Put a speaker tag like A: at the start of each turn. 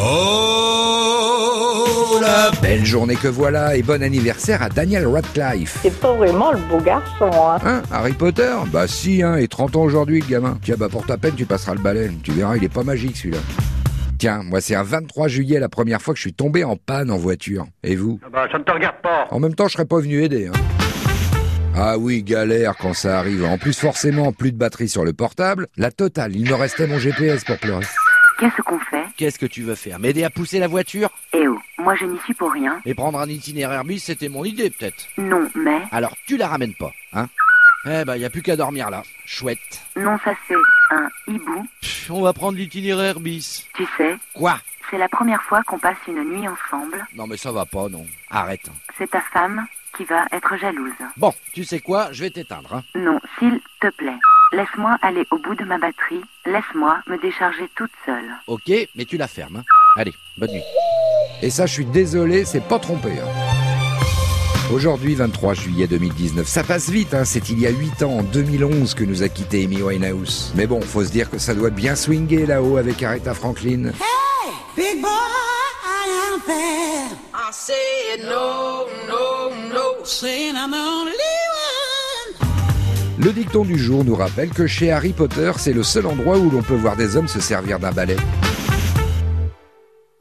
A: Oh, la belle journée que voilà et bon anniversaire à Daniel Radcliffe.
B: C'est pas vraiment le beau garçon, hein.
A: Hein Harry Potter Bah si, hein, et 30 ans aujourd'hui le gamin. Tiens, bah pour ta peine, tu passeras le balai. Tu verras, il est pas magique celui-là. Tiens, moi c'est un 23 juillet la première fois que je suis tombé en panne en voiture. Et vous
C: Ah bah, ça ne te regarde pas.
A: En même temps, je serais pas venu aider. hein. Ah oui, galère quand ça arrive. En plus, forcément, plus de batterie sur le portable. La totale, il me restait mon GPS pour pleurer.
D: Qu'est-ce qu'on fait
E: Qu'est-ce que tu veux faire M'aider à pousser la voiture
D: Eh oh, moi je n'y suis pour rien.
E: Et prendre un itinéraire bis, c'était mon idée peut-être.
D: Non, mais...
E: Alors tu la ramènes pas, hein Eh ben, y a plus qu'à dormir là. Chouette.
D: Non, ça c'est un hibou.
E: Pff, on va prendre l'itinéraire bis.
D: Tu sais,
E: Quoi
D: c'est la première fois qu'on passe une nuit ensemble.
E: Non mais ça va pas, non. Arrête. hein.
D: C'est ta femme qui va être jalouse.
E: Bon, tu sais quoi Je vais t'éteindre. Hein.
D: Non, s'il te plaît. Laisse-moi aller au bout de ma batterie. Laisse-moi me décharger toute seule.
E: Ok, mais tu la fermes. hein. Allez, bonne nuit.
A: Et ça, je suis désolé, c'est pas trompé. hein. Aujourd'hui, 23 juillet 2019. Ça passe vite, hein, c'est il y a 8 ans, en 2011, que nous a quitté Amy Winehouse. Mais bon, faut se dire que ça doit bien swinguer là-haut avec Aretha Franklin.
F: Big boy out there
G: I said no, no, no.
F: saying I'm the only one.
A: Le dicton du jour nous rappelle que chez Harry Potter, c'est le seul endroit où l'on peut voir des hommes se servir d'un balai.